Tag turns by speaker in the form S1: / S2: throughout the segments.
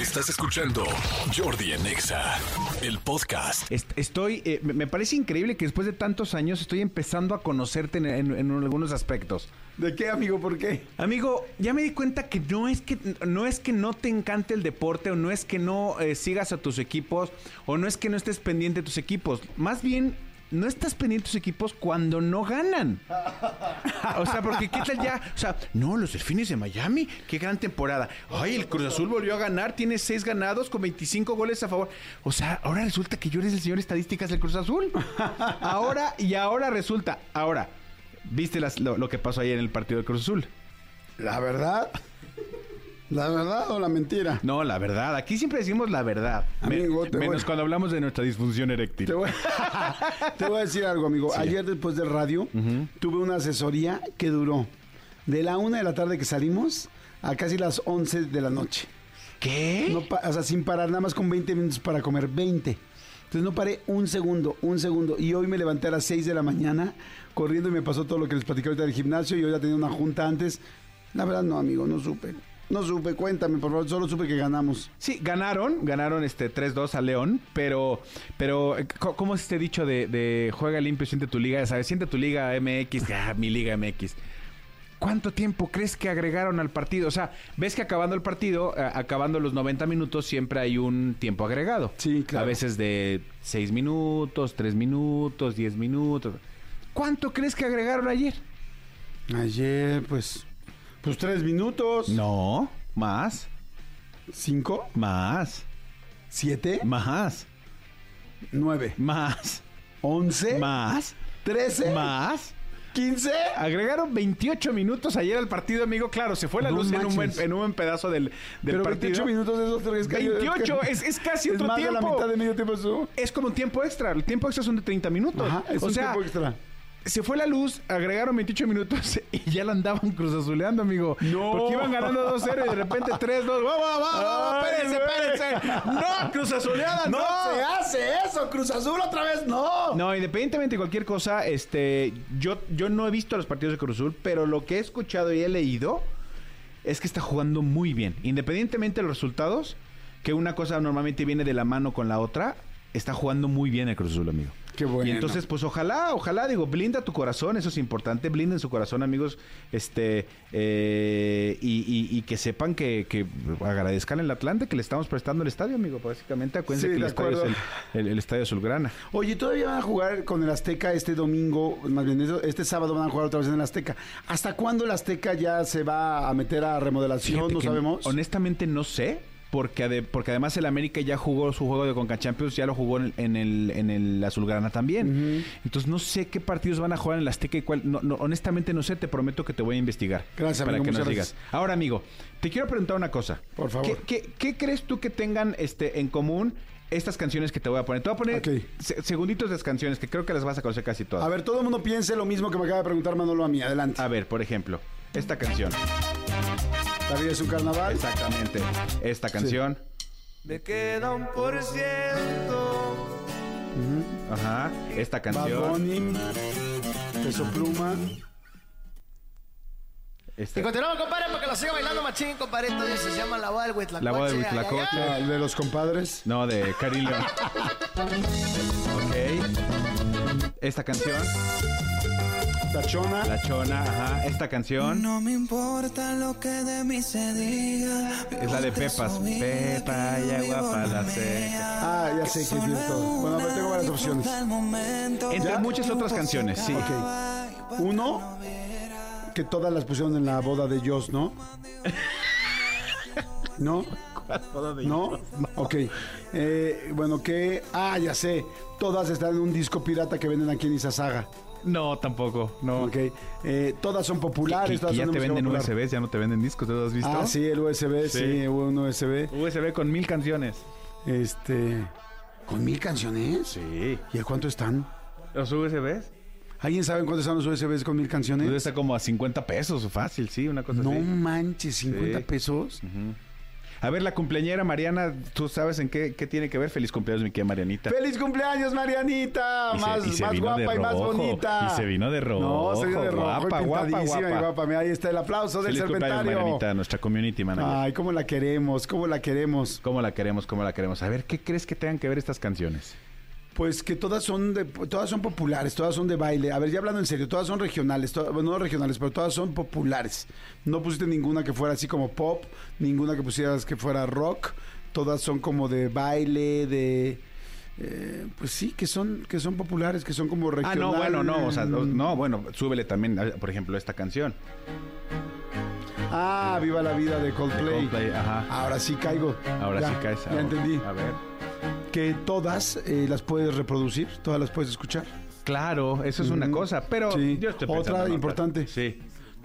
S1: Estás escuchando Jordi en Exa, el podcast.
S2: Est- Estoy, eh, me- me parece increíble que después de tantos años estoy empezando a conocerte en, en- en algunos aspectos.
S3: ¿De qué, amigo? ¿Por qué?
S2: Amigo, ya me di cuenta que no es que no es que no te encante el deporte o no es que no eh, sigas a tus equipos o no es que no estés pendiente de tus equipos. Más bien no estás pendiente de tus equipos cuando no ganan. O sea, porque qué tal ya, o sea, no, los delfines de Miami, qué gran temporada. Ay, el Cruz Azul volvió a ganar, tiene seis ganados con 25 goles a favor. O sea, ahora resulta que yo eres el señor estadísticas del Cruz Azul. Ahora y ahora resulta, ahora, ¿viste las- lo, lo que pasó ayer en el partido del Cruz Azul?
S3: ¿La verdad? ¿La verdad o la mentira?
S2: No, la verdad, aquí siempre decimos la verdad. Me-
S3: Amigo, te
S2: menos
S3: voy-
S2: cuando hablamos de nuestra disfunción eréctil.
S3: Te voy, te voy a decir algo, amigo. Ayer después del radio tuve una asesoría que duró de la una de la tarde que salimos a casi las 11 de la noche.
S2: ¿Qué?
S3: No pa- o sea, sin parar, nada más con 20 minutos para comer, 20. Entonces no paré un segundo, un segundo. Y hoy me levanté a las 6 de la mañana corriendo y me pasó todo lo que les platicé ahorita del gimnasio. Yo ya tenía una junta antes. La verdad no, amigo, no supe. No supe, cuéntame, por favor, solo supe que ganamos.
S2: Sí, ganaron, ganaron este 3-2 a León, pero, pero eh, co- ¿cómo es este dicho de, de juega limpio, siente tu liga? ¿Sabes? Siente tu liga MX, ah, mi liga MX. ¿Cuánto tiempo crees que agregaron al partido? O sea, ves que acabando el partido, a- acabando los 90 minutos, siempre hay un tiempo agregado.
S3: Sí, claro.
S2: A veces de 6 minutos, 3 minutos, 10 minutos. ¿Cuánto crees que agregaron ayer?
S3: Ayer, pues. Pues tres minutos.
S2: No, más,
S3: Cinco.
S2: más, ¿Eh?
S3: Siete.
S2: más,
S3: nueve.
S2: más, ¿Eh?
S3: Once.
S2: más, ¿Eh?
S3: trece.
S2: más.
S3: quince.
S2: Agregaron 28 minutos ayer al partido, amigo. Claro, se fue la
S3: No
S2: luz en un, buen,
S3: manches.
S2: en un buen pedazo del, del
S3: Pero
S2: partido.
S3: 28 minutos de esos tres.
S2: 28, es- es casi otro
S3: más de la
S2: tiempo.
S3: mitad de medio tiempo. eso.
S2: Es como un tiempo extra. El tiempo extra son de 30 minutos.
S3: Ajá, es
S2: o
S3: un
S2: sea,
S3: tiempo extra.
S2: se fue la luz, agregaron 28 minutos y ya la andaban cruzazuleando, amigo.
S3: No.
S2: Porque iban ganando 2-0 y de repente 3-2. ¡Vamos, vamos, vamos!
S3: Ay,
S2: ¡Espérense,
S3: güey.
S2: espérense! ¡No, cruzazuleada, no!
S3: hace eso, Cruz Azul otra vez, no.
S2: No, independientemente de cualquier cosa, este, yo, yo no he visto los partidos de Cruz Azul, pero lo que he escuchado y he leído es que está jugando muy bien. Independientemente de los resultados, que una cosa normalmente viene de la mano con la otra, está jugando muy bien el Cruz Azul, amigo.
S3: Qué bueno.
S2: Y entonces, pues ojalá, ojalá, digo, blinda tu corazón, eso es importante, blinden su corazón, amigos, este, eh, y, y- y que sepan que, que agradezcan el Atlante que le estamos prestando el estadio, amigo, básicamente, acuérdense
S3: Sí,
S2: que el
S3: de
S2: estadio, es
S3: acuerdo.
S2: el, el- el estadio Azulgrana.
S3: Oye, todavía van a jugar con el Azteca este domingo, más bien eso- este sábado van a jugar otra vez en el Azteca. ¿Hasta cuándo el Azteca ya se va a meter a remodelación?
S2: Fíjate
S3: no
S2: que
S3: sabemos.
S2: Honestamente no sé, porque, ade- porque además el América ya jugó su juego de Conca Champions, ya lo jugó en el, en el, en el Azulgrana también.
S3: Ujú.
S2: Entonces no sé qué partidos van a jugar en el Azteca y cuál. No, no, honestamente no sé, te prometo que te voy a investigar.
S3: Gracias,
S2: Para
S3: amigo,
S2: que nos
S3: muchas
S2: digas. Ahora, amigo, te quiero preguntar una cosa.
S3: Por favor.
S2: ¿Qué, qué- qué crees tú que tengan este, en común estas canciones que te voy a poner? Te voy a poner
S3: Ok.
S2: se- segunditos de las canciones, que creo que las vas a conocer casi todas.
S3: A ver, todo el mundo piense lo mismo que me acaba de preguntar Manolo a mí. Adelante.
S2: A ver, por ejemplo, esta canción.
S3: La vida es un carnaval.
S2: Exactamente. Esta canción.
S4: Me queda un por ciento.
S2: Ajá. Esta
S3: Bad
S2: canción.
S3: Bunny, Peso Pluma.
S2: Este-
S4: Y continuamos, compadre, porque la sigo bailando machín, compadre. Esto ya se llama la boda del Huitlacoche.
S2: La boda del
S4: Ay, ay,
S2: Huitlacoche.
S4: ay.
S3: la- de los compadres.
S2: No, de Karim León. ok. Esta canción,
S3: Tachona.
S2: La Chona, ajá. Esta canción
S5: No me importa lo que de mí se diga.
S2: es la de Pepas. Pepa y agua para la seca.
S3: Ah, ya sé que es de todo. Bueno, a ver, tengo varias opciones.
S2: Entre muchas otras canciones, sí.
S3: Ok. Uno, que todas las pusieron en la boda de Joss, ¿no? ¿No? ¿No? Ok. Eh, bueno, que. Ah, ya sé. Todas están en un disco pirata que venden aquí en Izazaga.
S2: No, tampoco. No.
S3: Ok. Eh, todas son
S2: Que-
S3: populares.
S2: que
S3: todas
S2: ya
S3: son
S2: te
S3: música
S2: venden
S3: popular.
S2: USBs, ya no te venden discos, ¿te lo has visto?
S3: Ah, sí, el USB, sí,
S2: Sí.
S3: un USB.
S2: USB con mil canciones.
S3: Este. ¿Con mil canciones?
S2: Sí.
S3: ¿Y a cuánto están?
S2: ¿Los USBs?
S3: ¿Alguien sabe en cuánto están los USBs con mil
S2: Debe
S3: canciones?
S2: estar como a 50 pesos, fácil, sí, una cosa
S3: No
S2: así.
S3: manches, 50
S2: Sí.
S3: pesos.
S2: A ver, la cumpleañera Mariana, tú sabes en qué, qué tiene que ver. Feliz cumpleaños, mi querida Marianita.
S3: ¡Feliz cumpleaños, Marianita!
S2: Y se-
S3: más
S2: y se
S3: más
S2: vino
S3: guapa
S2: de
S3: y más
S2: rojo.
S3: bonita.
S2: Y se vino de rojo,
S3: No, se vino de rojo.
S2: guapa,
S3: y
S2: guapa,
S3: pintadísima y
S2: guapa.
S3: guapa. Mira, ahí está el aplauso del
S2: Feliz cumpleaños,
S3: serpentario.
S2: Marianita, nuestra community manager.
S3: Ay, cómo la queremos, cómo la queremos.
S2: ¿Cómo la queremos? ¿Cómo la queremos? A ver, ¿qué crees que tengan que ver estas canciones?
S3: Pues que todas son de, todas son populares, todas son de baile. A ver, ya hablando en serio, todas son regionales, to- bueno, no regionales, pero todas son populares. No pusiste ninguna que fuera así como pop, ninguna que pusieras que fuera rock. Todas son como de baile, de eh, pues sí, que son que son populares, que son como
S2: Ah,
S3: regionales.
S2: no, bueno, no, o sea, no, no, bueno, súbele también, a- por ejemplo, esta canción.
S3: Ah, viva la vida de Coldplay.
S2: De Coldplay, ajá.
S3: Ahora sí caigo.
S2: Ahora
S3: Ya,
S2: sí caes. ah,
S3: Ya
S2: ahora.
S3: entendí.
S2: A ver.
S3: Que todas eh, las puedes reproducir, todas las puedes escuchar.
S2: Claro, eso es una
S3: Ujú.
S2: cosa, pero
S3: Sí.
S2: yo estoy
S3: Otra
S2: pensando en
S3: importante.
S2: Sí.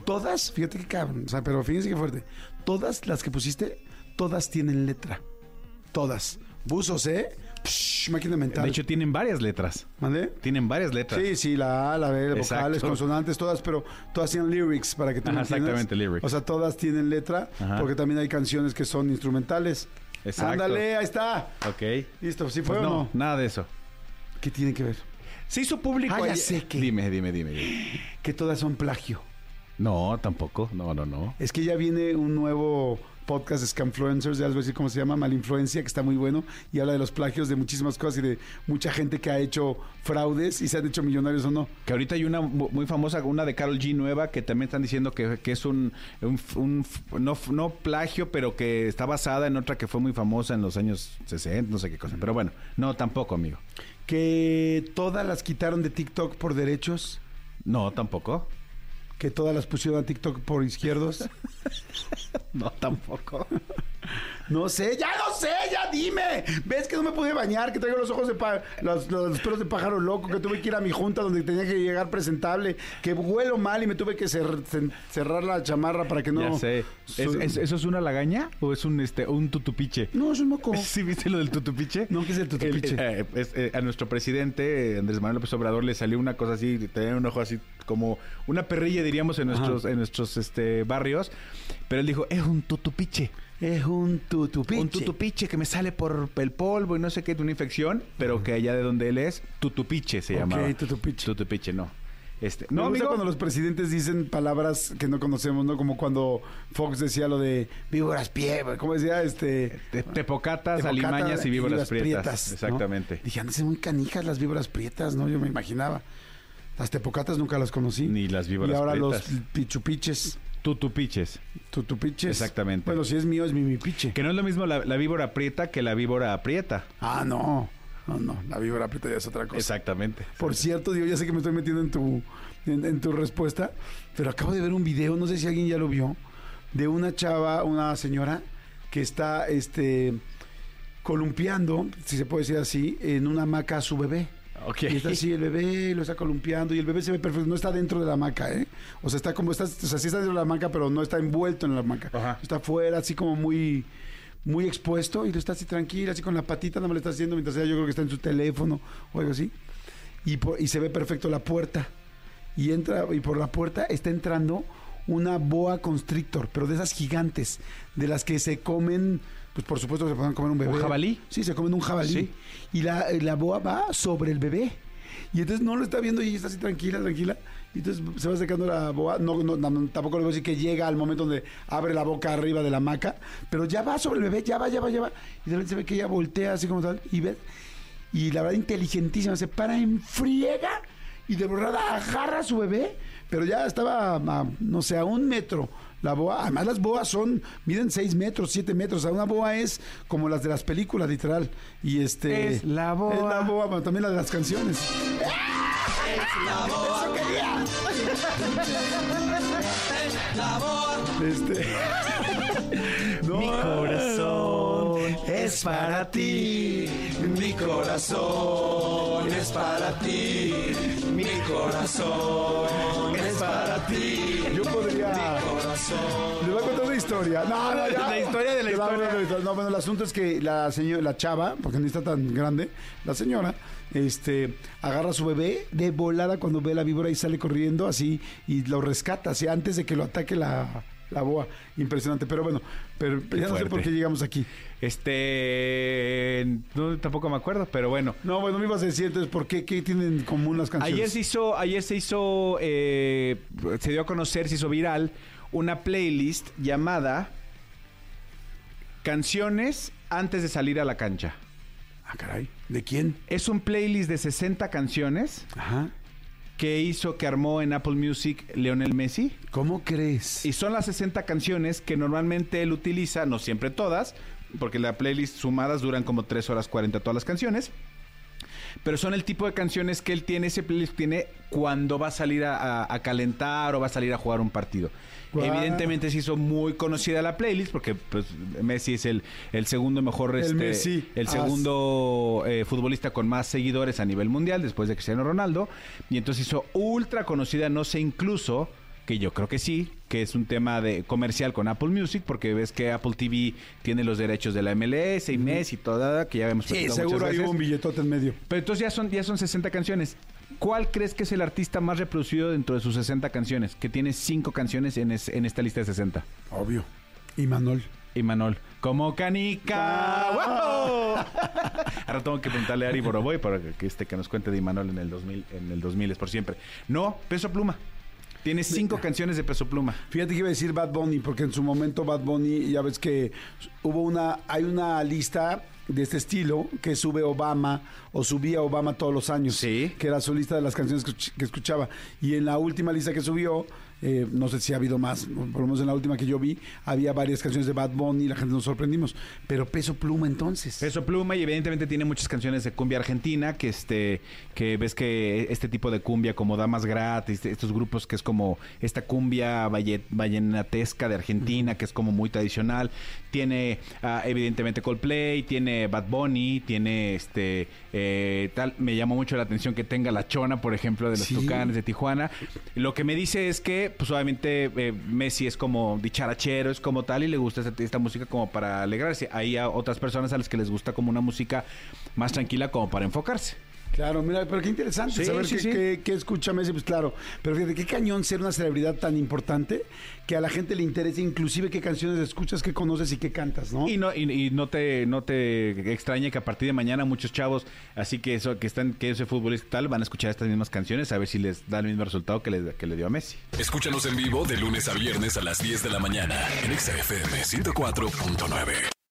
S3: Todas, fíjate que cabrón, o sea, pero fíjense qué fuerte. Todas las que pusiste, todas tienen letra. Todas. Buzos, ¿eh? Psh, máquina mental.
S2: De hecho, tienen varias letras.
S3: ¿Mandé?
S2: Tienen varias letras.
S3: Sí, sí, la A, la B, las
S2: Exacto.
S3: vocales, consonantes, todas, pero todas tienen lyrics para que tú
S2: Ajá,
S3: me entiendas.
S2: exactamente, lyrics.
S3: O sea, todas tienen letra,
S2: Ajá.
S3: porque también hay canciones que son instrumentales.
S2: Exacto.
S3: Ándale, ahí está.
S2: Ok.
S3: Listo, ¿sí fue
S2: Pues
S3: o
S2: no,
S3: no?
S2: nada de eso.
S3: ¿Qué tiene que ver?
S2: Se hizo público.
S3: Ah, ya
S2: ayer-
S3: sé que-
S2: Dime, dime, dime, dime.
S3: Que todas son plagio.
S2: No, tampoco. No, no, no.
S3: Es que ya viene un nuevo podcast de Scamfluencers, ya les voy a decir cómo se llama, Malinfluencia, que está muy bueno y habla de los plagios de muchísimas cosas y de mucha gente que ha hecho fraudes y se han hecho millonarios o no.
S2: Que ahorita hay una mu- muy famosa, una de Carol G nueva, que también están diciendo que, que es un, un f- un f- no, f- no plagio, pero que está basada en otra que fue muy famosa en los años 60, no sé qué cosa. Pero bueno, no, tampoco, amigo.
S3: Que todas las quitaron de TikTok por derechos,
S2: No, tampoco.
S3: que todas las pusieron a TikTok por izquierdos.
S2: No, tampoco.
S3: No sé, ya no sé, ya dime. ¿Ves que no me pude bañar, que traigo los ojos de pa- los, los pelos de pájaro loco, que tuve que ir a mi junta donde tenía que llegar presentable, que huelo mal y me tuve que cer- cen- cerrar la chamarra para que no...
S2: ya sé. ¿Es-
S3: Soy-
S2: es- ¿Eso es una lagaña o es un, este, un tutupiche?
S3: No, es un moco.
S2: ¿Sí viste lo del tutupiche?
S3: No, ¿qué es el tutupiche?
S2: eh, es, eh, a nuestro presidente, eh, Andrés Manuel López Obrador, le salió una cosa así, tenía un ojo así como una perrilla, diríamos, en nuestros, en nuestros este, barrios. Pero él dijo, es un tutupiche.
S3: Es un tutupiche.
S2: Un tutupiche que me sale por el polvo y no sé qué, de una infección, pero que allá de donde él es, tutupiche se
S3: Ok,
S2: llama.
S3: tutupiche.
S2: Tutupiche, no. Este, no,
S3: No, me gusta
S2: amigo.
S3: cuando los presidentes dicen palabras que no conocemos, ¿no? Como cuando Fox decía lo de víboras pie, güey, ¿cómo decía? Este...
S2: Te- Tepocatas,
S3: tepocata
S2: alimañas y víboras prietas.
S3: ¿no?
S2: Exactamente.
S3: Dije, antes muy canijas las víboras prietas, ¿no? Yo me imaginaba. Las tepocatas nunca las conocí.
S2: Ni las víboras
S3: Y ahora los
S2: prietas.
S3: pichupiches,
S2: Tutupiches.
S3: tutupiches.
S2: Exactamente.
S3: Bueno, si es mío, es mi mi piche.
S2: Que no es lo mismo la, la víbora prieta que la víbora aprieta.
S3: Ah, no. No, no. La víbora prieta ya es otra cosa.
S2: Exactamente.
S3: Por cierto, Diego, ya sé que me estoy metiendo en tu, en, en tu respuesta, pero acabo de ver un video, no sé si alguien ya lo vio, de una chava, una señora que está este, columpiando, si se puede decir así, en una hamaca a su bebé.
S2: Ok.
S3: Y está así el bebé, lo está columpiando y el bebé se ve perfecto, no está dentro de la hamaca, ¿eh? O sea, está como, está, o sea, sí está dentro de la hamaca, pero no está envuelto en la hamaca.
S2: Ajá.
S3: Está afuera, así como muy, muy expuesto y lo está así tranquila, así con la patita, no me lo está haciendo mientras ella yo creo que está en su teléfono o algo así. Y, por- y se ve perfecto la puerta. Y entra, y por la puerta está entrando una boa constrictor, pero de esas gigantes, de las que se comen, pues por supuesto se pueden comer un bebé.
S2: ¿Un jabalí?
S3: Sí, se comen un jabalí.
S2: Sí.
S3: Y la, eh, la boa va sobre el bebé. Y entonces no lo está viendo y ella está así tranquila, tranquila. Y entonces se va acercando la boa. No, no, no, tampoco le voy a decir que llega al momento donde abre la boca arriba de la hamaca. Pero ya va sobre el bebé, ya va, ya va, ya va. Y de repente se ve que ella voltea así como tal. Y ve. Y la verdad, inteligentísima. Se para en friega. Y de borrada agarra a su bebé. Pero ya estaba, a, no sé, a un metro. La boa, además las boas son, miden 6 metros, 7 metros. O sea, una boa es como las de las películas, literal. Y este.
S2: Es la boa.
S3: Es la boa, pero también la de las canciones. Este. No. Mi corazón es para ti. Mi corazón es para ti. Mi corazón es para ti. Yo podría. Les voy a contar una historia. No, no, ya.
S2: La historia de la
S3: Te voy a contar
S2: historia.
S3: no, bueno, el asunto es que la señora, la chava, porque no está tan grande, la señora, este, agarra a su bebé de volada cuando ve la víbora y sale corriendo así y lo rescata, así antes de que lo ataque la, la La boa. Impresionante. Pero bueno, pero ya no sé
S2: fuerte.
S3: por qué llegamos aquí.
S2: Este. No, tampoco me acuerdo, pero bueno.
S3: No, bueno, me ibas a decir entonces por qué, qué tienen en común las canciones.
S2: Ayer se hizo, ayer se hizo, eh, se dio a conocer, se hizo viral una playlist llamada Canciones antes de salir a la cancha.
S3: Ah, caray. ¿De quién?
S2: Es un playlist de 60 canciones
S3: Ajá.
S2: que hizo, que armó en Apple Music Leonel Messi.
S3: ¿Cómo crees?
S2: Y son las 60 canciones que normalmente él utiliza, no siempre todas, porque la playlist sumadas duran como 3 horas 40 todas las canciones. Pero son el tipo de canciones que él tiene, ese playlist tiene cuando va a salir a, a- a calentar o va a salir a jugar un partido.
S3: Guau.
S2: Evidentemente se hizo muy conocida la playlist porque pues, Messi es el, el segundo mejor,
S3: El
S2: este,
S3: Messi.
S2: el
S3: Ah,
S2: segundo eh, futbolista con más seguidores a nivel mundial después de Cristiano Ronaldo. Y entonces hizo ultra conocida, no sé incluso, que yo creo que sí, que es un tema de comercial con Apple Music porque ves que Apple TV tiene los derechos de la MLS y Messi y toda, que ya vemos
S3: Sí, seguro hay
S2: hay
S3: un billetote en medio.
S2: pero entonces ya son, ya son 60 canciones. ¿Cuál crees que es el artista más reproducido dentro de sus 60 canciones? Que tiene 5 canciones en, es- en esta lista de 60.
S3: Obvio. Y Manol.
S2: Y Manol. Como canica. ¡Guau! Ahora tengo que preguntarle a Ari Boroboy para que, que este, que nos cuente de Imanol en el 2000, en el 2000 es por siempre. No, Peso Pluma. Tiene 5 canciones de Peso Pluma.
S3: Fíjate que iba a decir Bad Bunny, porque en su momento Bad Bunny, ya ves que hubo una, hay una lista de este estilo que sube Obama o subía Obama todos los años.
S2: Sí.
S3: Que era su lista de las canciones que, escuch- que escuchaba. Y en la última lista que subió, eh, no sé si ha habido más, por lo menos en la última que yo vi, había varias canciones de Bad Bunny y la gente nos sorprendimos. Pero peso pluma entonces.
S2: Peso Pluma y evidentemente tiene muchas canciones de cumbia argentina que este que ves que este tipo de cumbia como Damas Gratis, este- estos grupos que es como esta cumbia valle- vallenatesca de Argentina que es como muy tradicional, tiene ah, evidentemente Coldplay, tiene Bad Bunny, tiene este eh, tal me llamó mucho la atención que tenga La Chona, por ejemplo, de los
S3: Sí.
S2: Tucanes de Tijuana. Lo que me dice es que pues obviamente eh, Messi es como dicharachero, es como tal y le gusta esta, esta música como para alegrarse. Hay a otras personas a las que les gusta como una música más tranquila como para enfocarse.
S3: Claro, mira, pero qué interesante
S2: Sí,
S3: saber
S2: sí,
S3: qué,
S2: sí.
S3: qué- qué escucha Messi, pues claro. Pero fíjate, qué cañón ser una celebridad tan importante que a la gente le interese inclusive qué canciones escuchas, qué conoces y qué cantas, ¿no?
S2: Y no, y, y no te no te extrañe que a partir de mañana muchos chavos, así que eso que están que ese futbolista y tal van a escuchar estas mismas canciones a ver si les da el mismo resultado que le, que le dio a Messi.
S1: Escúchanos en vivo de lunes a viernes a las 10 de la mañana en Exa FM 104.9.